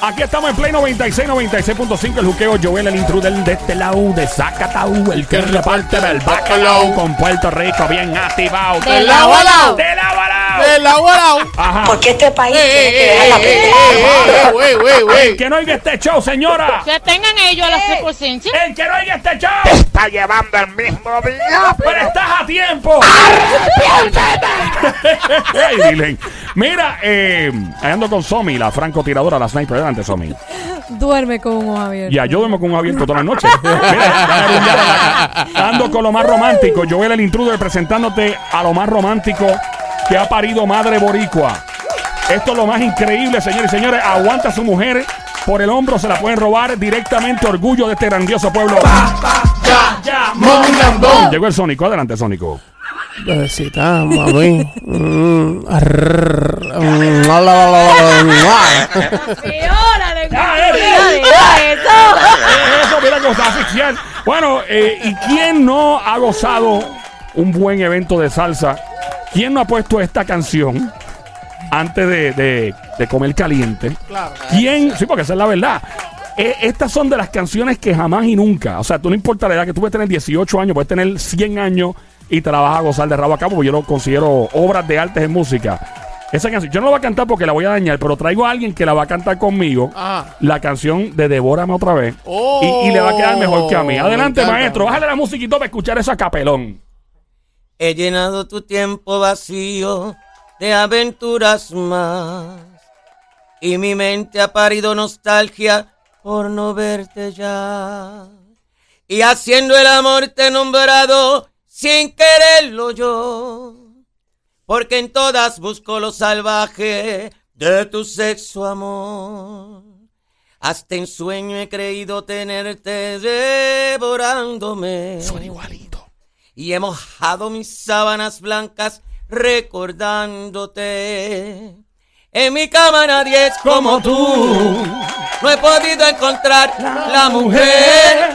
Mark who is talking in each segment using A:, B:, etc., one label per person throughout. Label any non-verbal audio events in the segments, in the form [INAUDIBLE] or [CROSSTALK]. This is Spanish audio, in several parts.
A: Aquí estamos en Play 96, 96.5. El juqueo Joel, el intruder de este lado, de Zacatau, el que reparte el bacalao con Puerto Rico, bien activado.
B: De lado a lado.
A: De lado a lado.
B: De lado a lado.
A: Ajá.
C: Porque este país
B: ¡Ey,
C: tiene que
B: ey,
C: dejar la
B: ey, ey, ey, ey, ey, ey, ey, ey!
A: Que no oiga este show, señora.
D: Que tengan ellos a la circunstancia.
A: El que no oiga este show.
E: está llevando el mismo día.
A: Pero estás a tiempo. [LAUGHS] Ay, Dylan. Mira, eh, ando con Somi, la francotiradora, la sniper. Adelante, Somi.
F: Duerme con un ojo abierto.
A: Y yo duermo con un abierto toda la noche. Mira, ando con lo más romántico. Joel el intruder presentándote a lo más romántico que ha parido madre boricua. Esto es lo más increíble, señores y señores. Aguanta a su mujer por el hombro, se la pueden robar directamente. Orgullo de este grandioso pueblo. Llegó el Sónico. Adelante, Sónico.
B: Necesitamos a mí. Mm, arr, mm, la, la, la, la, la.
A: Ya, eh. Eso, mira que os va a asfixiar. Bueno, eh, ¿y quién no ha gozado un buen evento de salsa? ¿Quién no ha puesto esta canción antes de, de- de comer caliente? ¿Quién? Sí, porque esa es la verdad. Eh, estas son de las canciones que jamás y nunca. O sea, tú no importa la edad que tú puedes tener 18 años, puedes tener 100 años y te la vas a gozar de rabo a cabo, porque yo lo considero obras de artes en música. Esa canción, yo no la voy a cantar porque la voy a dañar, pero traigo a alguien que la va a cantar conmigo
B: Ajá.
A: la canción de Devórame otra vez.
B: Oh.
A: y, y le va a quedar mejor que a mí. Adelante,
B: Me encanta.
A: maestro. Bájale la musiquita para escuchar eso a capelón.
G: He llenado tu tiempo vacío de aventuras más. Y mi mente ha parido nostalgia por no verte ya. Y haciendo el amor te he nombrado sin quererlo yo. Porque en todas busco lo salvaje de tu sexo amor. Hasta en sueño he creído tenerte devorándome. Y he mojado mis sábanas blancas recordándote. En mi cama nadie es como tú. No he podido encontrar la, mujer.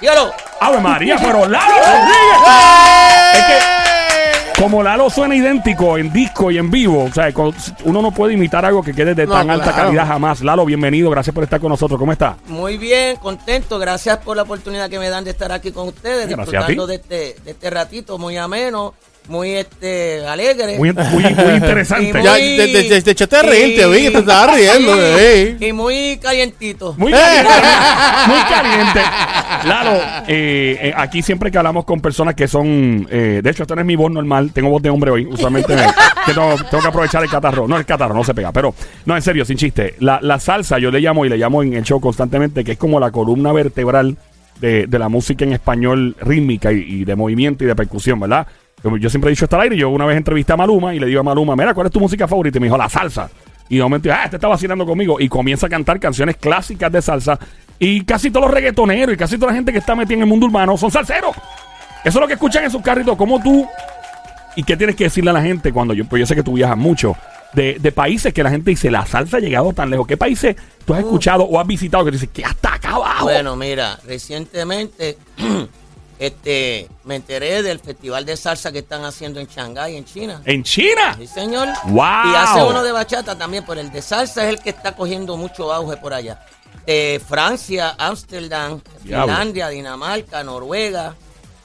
G: Dígalo.
A: Ave María, pero Lalo Rodríguez. Es que como Lalo suena idéntico en disco y en vivo, o sea, con- uno no puede imitar algo que quede de
B: No,
A: tan alta
B: claro.
A: calidad jamás. Lalo, bienvenido. Gracias por estar con nosotros. ¿Cómo está?
G: Muy bien, contento. Gracias por la oportunidad que me dan de estar aquí con ustedes,
A: Gracias a
G: disfrutando
A: ti.
G: de este, de este ratito muy ameno, muy este alegre.
A: Muy, muy, muy interesante.
G: Y
B: Ya,
G: muy-
B: te, te, te, te echaste a reír, te vi que te estabas
G: [LAUGHS]
B: riendo,
G: y,
B: bebé.
G: y muy calientito.
A: Muy caliente. muy caliente. Claro, eh, eh, aquí siempre que hablamos con personas que son. eh, de hecho, esta no es mi voz normal. Tengo voz de hombre hoy. Usualmente me- que tengo, tengo que aprovechar el catarro. No, el catarro no se pega. Pero, no, en serio, sin chiste. La, la salsa, yo le llamo y le llamo en el show constantemente, que es como la columna vertebral de, de la música en español rítmica y, y de movimiento y de percusión, ¿verdad? Como Yo siempre he dicho hasta al aire. Yo una vez entrevisté a Maluma y le digo a Maluma, mira, ¿cuál es tu música favorita? Y me dijo, la salsa. Y de momento, ah, este está vacilando conmigo. Y comienza a cantar canciones clásicas de salsa. Y casi todos los reggaetoneros y casi toda la gente que está metida en el mundo urbano son salseros. Eso es lo que escuchan en sus carritos. Como tú? ¿Y qué tienes que decirle a la gente cuando yo, pues yo sé que tú viajas mucho? De, de países que la gente dice, la salsa ha llegado tan lejos. ¿Qué países tú has escuchado o has visitado que dices, que hasta acá abajo?
G: Bueno, mira, recientemente [CLEARS THROAT] este, me enteré del festival de salsa que están haciendo en Shanghái, en China.
A: En China.
G: Sí, señor.
A: ¡Wow!
G: Y hace uno de bachata también, pero el de salsa es el que está cogiendo mucho auge por allá. De Francia, Ámsterdam,
A: Diablo.
G: Finlandia, Dinamarca, Noruega,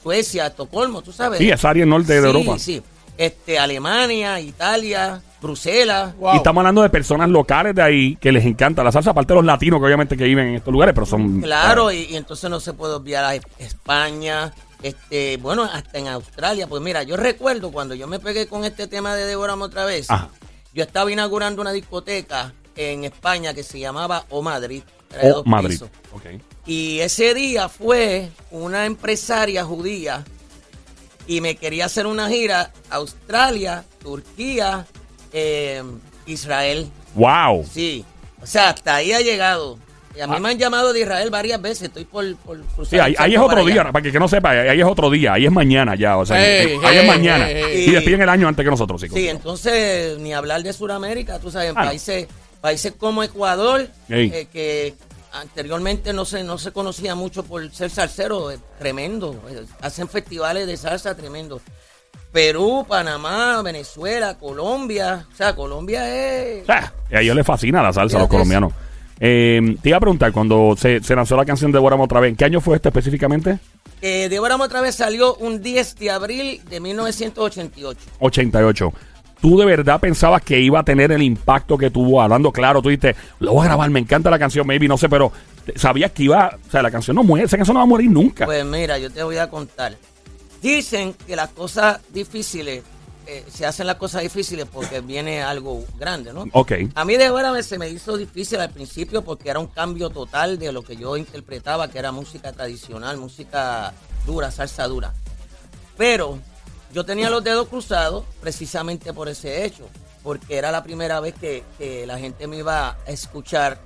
G: Suecia, Estocolmo, tú sabes.
A: Sí, esa área del norte de
G: Sí,
A: Europa.
G: Sí, Este, Alemania, Italia, Bruselas.
A: Y estamos hablando de personas locales de ahí que les encanta la salsa, aparte de los latinos que obviamente que viven en estos lugares, pero son...
G: Claro, y, y entonces no se puede olvidar a España, este, bueno, hasta en Australia. Pues mira, yo recuerdo cuando yo me pegué con este tema de Devorame otra vez,
A: Ajá.
G: yo estaba inaugurando una discoteca en España que se llamaba O Madrid. era de
A: O
G: dos
A: oh, Madrid.
G: pisos.
A: Ok.
G: Y ese día fue una empresaria judía y me quería hacer una gira a Australia, Turquía, eh, Israel.
A: ¡Wow!
G: Sí, o sea, hasta ahí ha llegado. Y a mí me han llamado de Israel varias veces, estoy por, por cruzar.
A: Ah. Sí, ahí,
G: el
A: ahí es
G: charco para
A: otro día,
G: allá.
A: para que, que no sepa, ahí ahí es otro día, ahí es mañana ya, o sea,
B: Ey,
A: ahí es
B: ey,
A: mañana.
B: ey,
G: ey.
A: Y despiden el año antes que nosotros, chicos.
G: Sí, entonces, ni hablar de Sudamérica, tú sabes, en
A: Ah, no.
G: países, países como Ecuador,
A: Ey.
G: eh, que anteriormente no se, no se conocía mucho por ser salsero, es tremendo. eh, Hacen festivales de salsa tremendo. Perú, Panamá, Venezuela, Colombia. O sea, Colombia es...
A: Ah, y a ellos les fascina la salsa a los
G: Fíjate eso.
A: colombianos. Eh, te iba a preguntar, cuando se, se lanzó la canción de Borama otra vez, ¿en qué año fue este específicamente?
G: Eh, Deborah otra vez salió un 10 de abril de 1988.
A: 88. ¿Tú de verdad pensabas que iba a tener el impacto que tuvo hablando? Claro, tú dijiste, lo voy a grabar, me encanta la canción, maybe, no sé, pero te- sabías que iba, o sea, la canción no muere, esa canción no va a morir nunca.
G: Pues mira, yo te voy a contar. Dicen que las cosas difíciles, eh, se hacen las cosas difíciles porque viene algo grande, ¿no?
A: ok,
G: A mí de verdad se me hizo difícil al principio porque era un cambio total de lo que yo interpretaba, que era música tradicional, música dura, salsa dura. Pero yo tenía los dedos cruzados precisamente por ese hecho, porque era la primera vez que, que la gente me iba a escuchar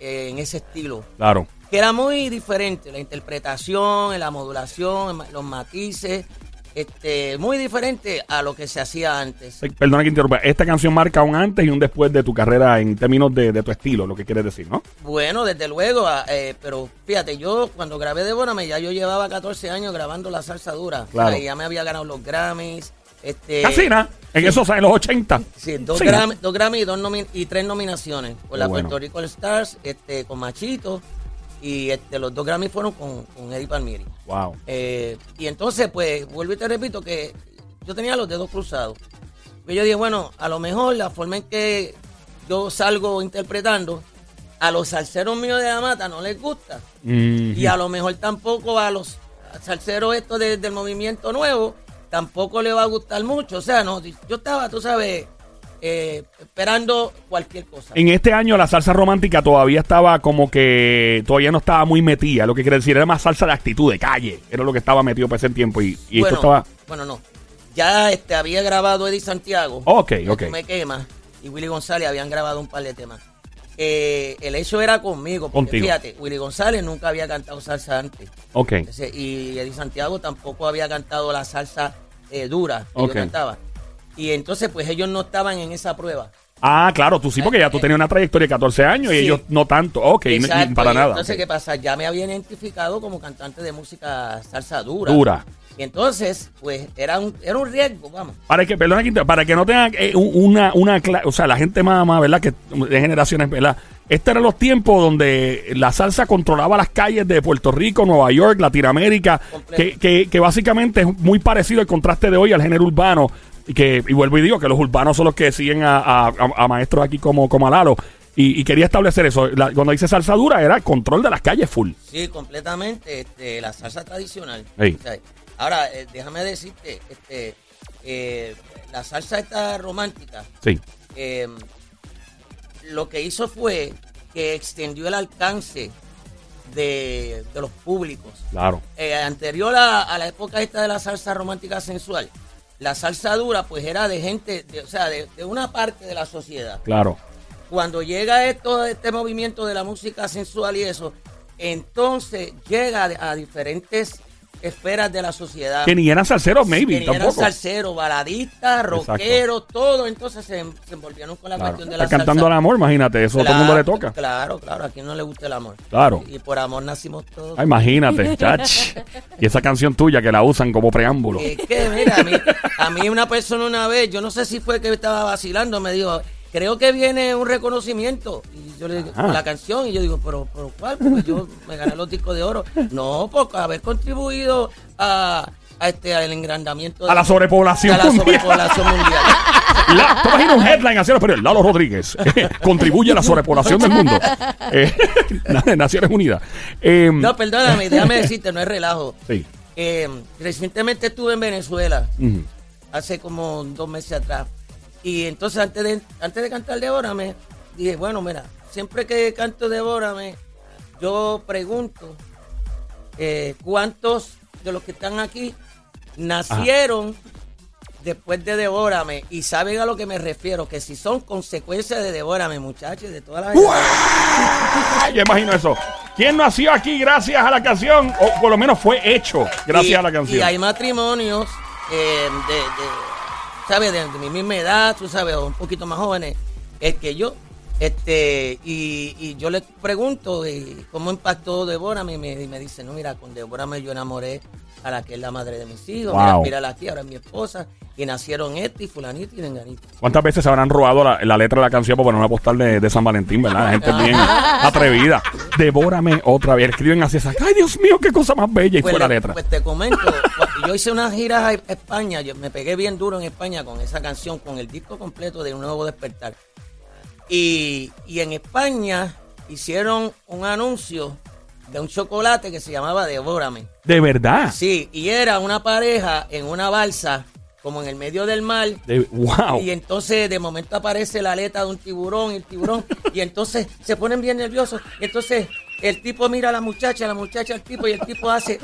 G: eh, en ese estilo
A: claro.
G: que era muy diferente la interpretación, la modulación, los matices, este, muy diferente a lo que se hacía antes.
A: Eh, Perdona que interrumpa, esta canción marca un antes y un después de tu carrera en términos de, de tu estilo, lo que quieres decir, ¿no?
G: Bueno, desde luego, a- eh, pero fíjate, yo cuando grabé Devórame, ya yo llevaba 14 años grabando la salsa dura.
A: Claro.
G: Ay, ya me había ganado los Grammys. Este,
A: Casina, en esos años, los 80.
G: Sí, dos,
A: Sí,
G: Grammy, dos Grammy y, dos nomi- y tres nominaciones por
A: Qué
G: la
A: bueno.
G: Puerto Rico All Stars, este, con Machito, y este, los dos Grammy fueron con, con Eddie Palmieri.
A: Wow.
G: Eh, y entonces, pues, vuelvo y te repito que yo tenía los dedos cruzados. Y yo dije, bueno, a lo mejor la forma en que yo salgo interpretando, a los salseros míos de la mata no les gusta.
A: Mm,
G: Y a lo mejor tampoco a los salseros estos de- del movimiento nuevo, tampoco le va a gustar mucho. O sea, no, yo estaba, tú sabes, eh, esperando cualquier cosa.
A: En este año la salsa romántica todavía estaba como que todavía no estaba muy metida, lo que quiere decir, era más salsa de actitud, de calle, era lo que estaba metido para ese tiempo y, y esto estaba...
G: bueno, no. Ya este, había grabado Eddie Santiago.
A: Ok,
G: que
A: ok.
G: Tú me quemas. Y Willy González habían grabado un par de temas. Eh, el hecho era conmigo. Porque
A: Contigo.
G: fíjate, Willy González nunca había cantado salsa antes.
A: Ok,
G: Ese- Y Eddie Santiago tampoco había cantado la salsa eh, dura que
A: Ok.
G: yo cantaba. Y entonces, pues ellos no estaban en esa prueba.
A: Ah, claro, tú sí, porque ya tú tenías una trayectoria de 14 años y
G: Eh, Sí.
A: ellos no tanto. Ok, n-
G: Exacto,
A: para
G: y
A: nada.
G: Entonces,
A: ok.
G: ¿qué pasa? Ya me habían identificado como cantante de música salsa dura.
A: Dura.
G: Y entonces, pues era un, era un riesgo, vamos.
A: Para que, perdona, que inter- para que no tengan eh, un- una, una, cla- o sea, la gente más, más, ¿verdad? Que de generaciones, ¿verdad? Estos eran los tiempos donde la salsa controlaba las calles de Puerto Rico, Nueva York, Latinoamérica, que,
G: Completo.
A: que, que básicamente es muy parecido el contraste de hoy al género urbano. Y que, y vuelvo y digo que los urbanos son los que siguen a, a- a- a maestros aquí como, como a Lalo. Y, y quería establecer eso. La- cuando dice salsa dura, era el control de las calles full.
G: Sí, completamente. Este, la salsa tradicional.
A: Ey.
G: O sea, ahora, eh, déjame decirte, este, eh, la salsa esta romántica,
A: Sí.
G: eh, lo que hizo fue que extendió el alcance de, de los públicos.
A: Claro.
G: Eh, anterior a, a la época esta de la salsa romántica sensual, la salsa dura pues era de gente, de- o sea, de- de una parte de la sociedad
A: Claro.
G: cuando llega esto, este movimiento de la música sensual y eso, entonces llega a, a diferentes esferas de la sociedad.
A: Que ni eran salseros, maybe,
G: Que eran
A: tampoco.
G: salseros, baladistas, rockeros, todo. Entonces se, se envolvieron con la
A: Claro.
G: cuestión de la
A: Está cantando al
G: salsa.
A: amor, imagínate, eso a todo el mundo le
G: Claro,
A: toca.
G: Claro, claro, a quien no le gusta el amor.
A: Claro.
G: Y por amor nacimos todos.
A: Ah, imagínate,
G: [LAUGHS]
A: chach. Y esa canción tuya que la usan como preámbulo.
G: Es que, mira, a mí, a mí una persona una vez, yo no sé si fue que estaba vacilando, me dijo, creo que viene un reconocimiento. Y yo le digo,
A: Ajá.
G: la canción, y yo digo, ¿pero, pero cuál? Porque yo me gané los discos de oro. No, por haber contribuido a, a este, al engrandamiento.
A: A la sobrepoblación
G: a la
A: mundial. [LAUGHS]
G: sobrepoblación mundial.
A: La, ¿Tú imaginas un headline así? Pero Lalo Rodríguez eh, contribuye a la sobrepoblación del
G: [LAUGHS]
A: mundo. Eh, [LAUGHS] na- Naciones Unidas. Eh,
G: No, perdóname, déjame decirte, no es relajo.
A: sí.
G: Eh, recientemente estuve en Venezuela.
A: Ujú.
G: hace como dos meses atrás. Y entonces antes de, antes de cantar Devórame, dije, bueno, mira, siempre que canto Devórame, yo pregunto eh, cuántos de los que están aquí nacieron después de Devórame y saben a lo que me refiero, que si son consecuencias de Devórame, muchachos, de todas las...
A: Ay, yo imagino eso. ¿Quién nació aquí gracias a la canción? O por lo menos fue hecho gracias
G: Y-
A: a la
G: Y
A: canción.
G: hay matrimonios eh, de, de- ¿sabes? De, de mi misma edad, tú sabes, o un poquito más jóvenes es que yo. Este, y, y yo les pregunto eh, cómo impactó Deborah y me, y me dice, no, mira, con Deborah me yo enamoré a la que es la madre de mis hijos.
A: Wow.
G: Mira, mira la tía, ahora es mi esposa. Y nacieron este y fulanito y venganito.
A: ¿Cuántas veces se habrán robado la, la letra de la canción para poner una postal de, de San Valentín, verdad? La gente es
G: [LAUGHS]
A: bien atrevida. Devórame otra vez. Escriben así, esas, ay Dios mío, qué cosa más bella. Y fue la
G: le-
A: letra.
G: pues te comento, cu- yo hice unas giras a España, yo me pegué bien duro en España con esa canción, con el disco completo de Un Nuevo Despertar. Y, y en España hicieron un anuncio de un chocolate que se llamaba Devórame.
A: De verdad.
G: Sí, y era una pareja en una balsa, como en el medio del mar,
A: De- wow.
G: y entonces de momento aparece la aleta de un tiburón y el tiburón. Y entonces se ponen bien nerviosos. Y entonces el tipo mira a la muchacha, la muchacha al tipo y el tipo hace...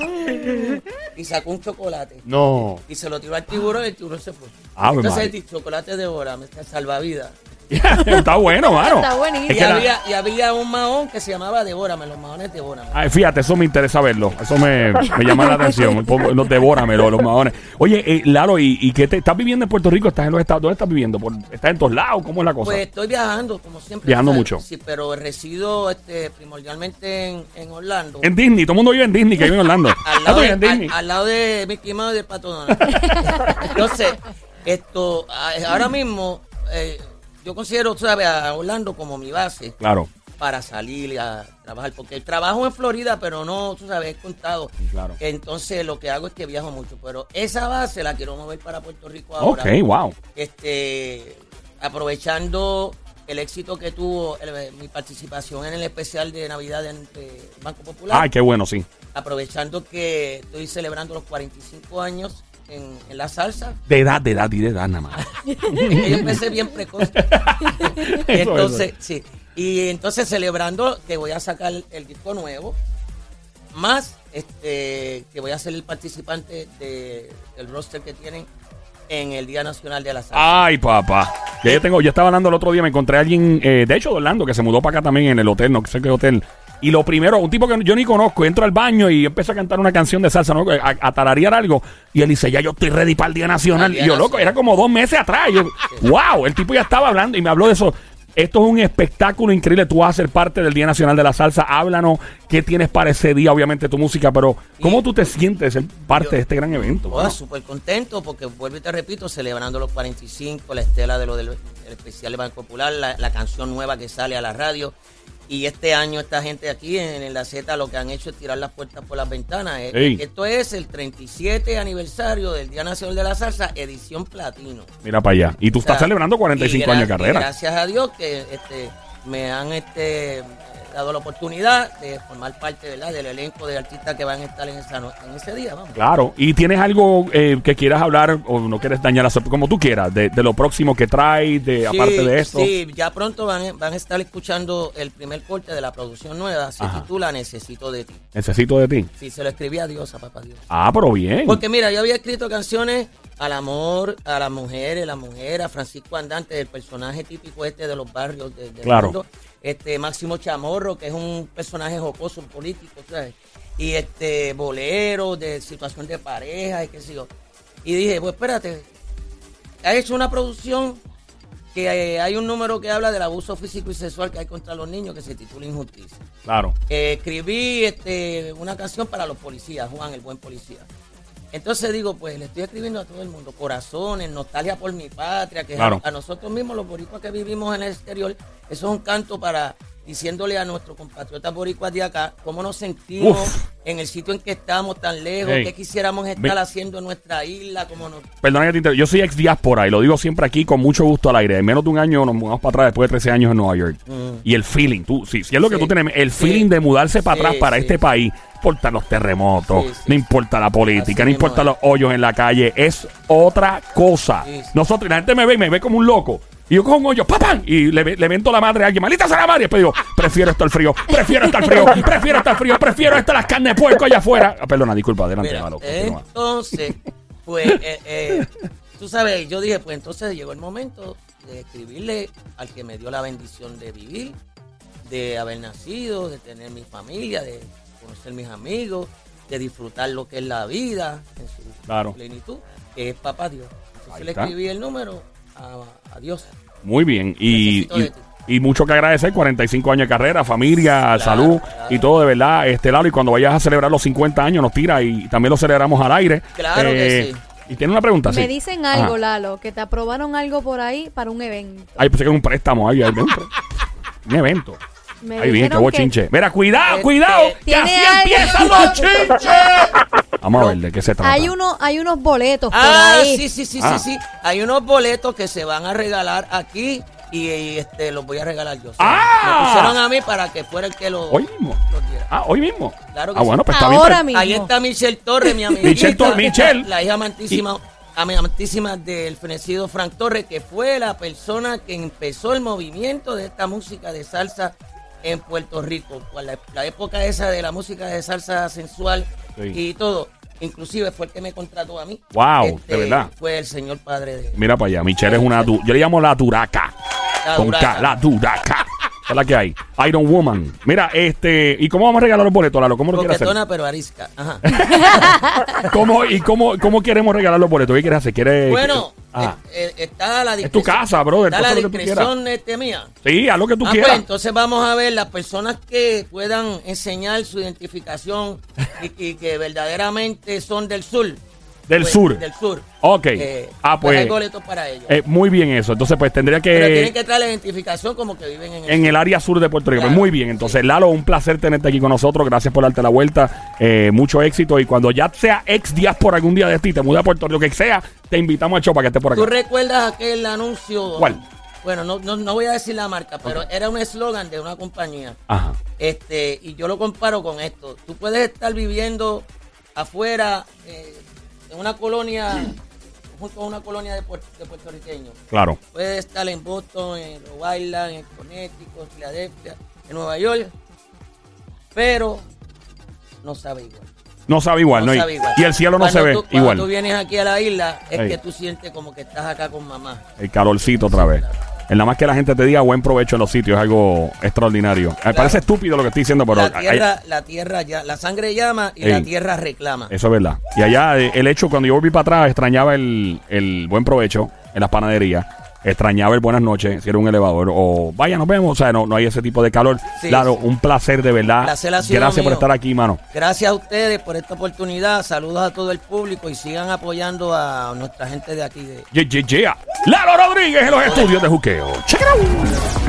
G: Y sacó un chocolate.
A: No.
G: Y se lo tiró al tiburón y el tiburón se fue.
A: Ave
G: entonces
A: María.
G: el chocolate devora, me está salvavidas.
A: [LAUGHS] Está bueno, mano.
F: Está buenísimo.
A: Es
G: Y
A: que la-
G: había, y había un mahón que se llamaba Devórame, los mahones Devórame.
A: Ay, fíjate, eso me interesa verlo. Eso me, me llama la
F: [LAUGHS]
A: atención. Pongo- Los devórame, los, los madones. Oye, eh, Lalo, ¿y, y qué te, estás viviendo en Puerto Rico? ¿Estás en los Estados ¿Dónde estás viviendo? Por- ¿Estás en todos lados? ¿Cómo es la cosa?
G: Pues estoy viajando, como siempre.
A: Viajando
G: ¿sabes?
A: mucho.
G: Sí, pero resido este, primordialmente en, en Orlando.
A: en Disney. Todo el mundo vive en Disney, que vive en Orlando.
G: al
A: Ah, tú
G: lado, de,
A: vives en Disney.
G: al, al lado de Mickey Mouse y del Pato Donald. [LAUGHS] Entonces, esto, a- ahora mismo, eh, yo considero, tú ¿sabes? A Orlando como mi base
A: Claro,
G: para salir a trabajar, porque el trabajo en Florida, pero no, tú sabes, es contado.
A: Claro.
G: Entonces, lo que hago es que viajo mucho, pero esa base la quiero mover para Puerto Rico ahora.
A: ok, wow.
G: Este, aprovechando el éxito que tuvo el- mi participación en el especial de Navidad de, de Banco Popular
A: Ay, qué bueno, sí.
G: aprovechando que estoy celebrando los 45 años en, en la salsa.
A: De edad, de edad y de edad nada más.
G: Yo empecé bien precoz. Y
A: Eso,
G: entonces, sí. Y entonces celebrando que voy a sacar el disco nuevo, más este que voy a ser el participante de- del roster que tienen en el Día Nacional de la Salsa.
A: Ay, papá. Ya yo tengo, yo estaba hablando el otro día, me encontré a alguien, eh, de hecho, de Orlando, que se mudó para acá también en el hotel, no sé qué hotel. Y lo primero, un tipo que yo ni conozco, entro al baño y empiezo a cantar una canción de salsa, ¿no? A, a tararear algo. Y él dice, ya yo estoy ready para el Día Nacional.
G: Al Día
A: y yo, loco,
G: Nacional.
A: era como dos meses atrás. Y
G: [LAUGHS]
A: yo, wow, el tipo ya estaba hablando y me habló de eso. Esto es un espectáculo increíble. Tú vas a ser parte del Día Nacional de la Salsa. Háblanos qué tienes para ese día, obviamente tu música, pero ¿cómo
G: Y-
A: tú te sientes de ser parte
G: Yo-
A: de este gran evento?
G: Oh,
A: mano?
G: súper contento porque vuelvo y te repito, celebrando los 45, la estela de lo del del especial de Banco Popular, la, la canción nueva que sale a la radio. Y este año esta gente aquí en, en la Z lo que han hecho es tirar las puertas por las ventanas. Eh,
A: Ey.
G: Esto es el 37 aniversario del Día Nacional de la Salsa, edición platino.
A: Mira para allá. Y tú estás
G: O sea,
A: celebrando 45
G: y gra-
A: años de
G: y
A: carrera.
G: Gracias a Dios que este, me han este, dado la oportunidad de formar parte ¿verdad? del elenco de artistas que van a estar en, esa no- en ese día. Vamos.
A: Claro, y tienes algo eh, que quieras hablar o no quieres dañar la sorpresa, como tú quieras, de, de lo próximo que traes, de,
G: Sí,
A: aparte de esto.
G: Sí, ya pronto van, van a estar escuchando el primer corte de la producción nueva. Se
A: Ajá.
G: titula Necesito de ti.
A: Necesito de ti.
G: Sí, se lo escribí a Dios, a papá Dios.
A: Ah, pero bien.
G: Porque mira, yo había escrito canciones al amor, a las mujeres, la mujer, a Francisco Andante, el personaje típico este de los barrios de, del
A: Claro.
G: mundo. Este Máximo Chamorro, que es un personaje jocoso, político, ¿sabes? Y este bolero, de situación de pareja, y qué sé yo. Y dije, pues espérate, ha hecho una producción que eh, hay un número que habla del abuso físico y sexual que hay contra los niños que se titula Injusticia.
A: Claro.
G: Eh, escribí este, una canción para los policías, Juan, el buen policía. Entonces digo, pues le estoy escribiendo a todo el mundo, corazones, nostalgia por mi patria, que es
A: Claro.
G: a, a nosotros mismos los boricuas que vivimos en el exterior, eso es un canto para diciéndole a nuestros compatriotas boricuas de acá cómo nos sentimos
A: Uf.
G: en el sitio en que estamos tan lejos,
A: Ey.
G: qué quisiéramos estar
A: Ve-
G: haciendo en nuestra isla, cómo nos...
A: Perdona que te interrumpa. Yo soy ex diáspora y lo digo siempre aquí con mucho gusto al aire. En menos de un año nos mudamos para atrás después de 13 años en Nueva York. Y el feeling, tú, sí, si es lo que
G: Mm. Sí.
A: tú tienes, el
G: Sí.
A: feeling de mudarse para
G: Sí,
A: atrás para
G: sí.
A: este país, no importa los terremotos,
G: Sí, sí.
A: no importa la política,
G: Así
A: no
G: mismo
A: importa
G: es.
A: los hoyos en la calle, es otra cosa.
G: Sí, sí.
A: Nosotros, y la gente me ve y me ve como un loco. Y yo cojo un hoyo, ¡papam! Y le, le vento la madre a alguien, ¡malita sea la madre! Y después digo, prefiero estar frío, prefiero estar frío, prefiero estar frío, prefiero estar las carnes de puerco allá afuera. Ah, perdona, disculpa, adelante,
G: Mira, eh,
A: Lalo, continúa.
G: entonces, pues,
A: [LAUGHS]
G: eh, eh, tú sabes, yo dije, pues entonces llegó el momento de escribirle al que me dio la bendición de vivir, de haber nacido, de tener mi familia, de conocer mis amigos, de disfrutar lo que es la vida en su
A: Claro.
G: plenitud, que es papá Dios. Entonces
A: Ahí
G: le
A: está.
G: escribí el número a, a Dios.
A: Muy bien. Y,
G: Necesito de
A: y-
G: ti.
A: y mucho que agradecer, 45 años de carrera, familia, salud y todo de verdad, este Lalo, y cuando vayas a celebrar los 50 años nos tira y también lo celebramos al aire. Eh,
G: Claro que sí.
A: Y tiene una pregunta, sí.
F: Me dicen algo,
A: Ajá.
F: Lalo, que te aprobaron algo por ahí para un evento.
A: Ay, pensé que es un préstamo, ay, ay, ven, [LAUGHS] pre- un evento.
F: Me
A: Ay, bien, qué
F: dijeron que
A: bochinche. Mira, cuidado,
G: Este
A: cuidado, que
F: tiene
A: así
F: algo-
A: empiezan
F: [LAUGHS]
A: los chinches. Vamos a ver de qué se trata.
F: Hay, uno, hay unos boletos por
G: Ah,
F: ahí.
G: sí, sí, sí,
A: Ah.
G: sí, sí. Hay unos boletos que se van a regalar aquí y, y, este los voy a regalar yo. O sea,
A: Ah.
G: Me pusieron a mí para que fuera el que lo,
A: Hoy mismo.
G: lo diera.
A: Ah, hoy mismo.
G: Claro que
A: ah, bueno,
G: sí.
A: pues está bien.
F: Ahora
A: pre-
F: mismo.
G: Ahí está Michelle
A: [LAUGHS]
G: Torres, mi amiguita.
A: Michelle Torres, Michelle.
G: La hija amantísima, amantísima del fenecido Frank Torres, que fue la persona que empezó el movimiento de esta música de salsa en Puerto Rico. Cual La, la época esa de la música de salsa sensual
A: Sí.
G: y todo. Inclusive fue el que me contrató a mí. Este,
A: Wow, de verdad.
G: Fue el señor padre de...
A: Mira para allá, Michelle es una du- Yo le llamo la duraca.
G: La
A: con
G: duraca.
A: K, la duraca. Esa Es la que hay. Iron Woman. Mira, este. ¿Y cómo vamos a regalar los boletos, Lalo? ¿Cómo lo quieres hacer?
G: Coquetona pero arisca.
A: [LAUGHS]
G: Ajá.
A: ¿Cómo, ¿Y cómo, cómo queremos regalar los boletos? ¿Qué quieres hacer? ¿Quieres,
G: Bueno,
A: Ah.
G: eh, eh, está a la
A: Es tu
G: discreción-
A: casa, brother,
G: Está a
A: pasa
G: la
A: lo que tú
G: discreción este, mía.
A: Sí, haz lo que tú
G: Ah, pues,
A: quieras.
G: entonces vamos a ver las personas que puedan enseñar su identificación y, y que verdaderamente son del sur.
A: Del
G: Pues,
A: sur.
G: Del sur.
A: Ok.
G: Eh,
A: Ah, pues.
G: Hay boletos para ellos.
A: Eh, muy bien eso. Entonces, pues tendría
G: Pero
A: que.
G: tienen que traer la identificación como que viven en el
A: En el área sur de Puerto Rico. Pues,
G: Claro.
A: Muy bien. Entonces, Lalo, un placer tenerte aquí con nosotros. Gracias por darte la vuelta. Eh, mucho éxito. Y cuando ya sea ex por algún día de ti, te mude a Puerto Rico, que sea, te invitamos a Chopa que esté por acá.
G: ¿Tú recuerdas aquel anuncio?
A: ¿Cuál?
G: Bueno, no, no, no voy a decir la marca, pero era un eslogan de una compañía.
A: Ajá.
G: Este, y yo lo comparo con esto. Tú puedes estar viviendo afuera eh, en una colonia, junto a una colonia de, puer- de puertorriqueños.
A: Claro.
G: Puedes estar en Boston, en Rhode Island, en Connecticut, en Filadelfia, en Nueva York, pero no sabe igual.
A: No sabe igual, Pues ¿no? Y-
G: sabe igual.
A: Y el cielo no
G: Cuando
A: se ve
G: tú- cuando
A: igual.
G: tú vienes aquí a la isla, es
A: Ey.
G: que tú sientes como que estás acá con mamá.
A: El calorcito otra vez. Es nada más que la gente te diga buen provecho en los sitios, es algo extraordinario. Eh, Parece estúpido lo que estoy diciendo, pero
G: la
A: hay-
G: tierra, la tierra ya, la sangre llama y la
A: Ey.
G: tierra reclama.
A: eso es verdad. Y allá, eh, el hecho, cuando yo volví para atrás, extrañaba el, el buen provecho en las panaderías. Extrañaba el buenas noches, si era un elevador. O vaya, nos vemos. O sea, no, no hay ese tipo de calor.
G: Sí,
A: claro,
G: sí.
A: un placer de verdad.
G: Placer ha sido
A: Gracias por
G: mío.
A: estar aquí, mano.
G: Gracias a ustedes por esta oportunidad. Saludos a todo el público y sigan apoyando a nuestra gente de aquí de,
A: Yeah, yeah, yeah. Lalo Rodríguez en los estudios de Juqueo. Check it out.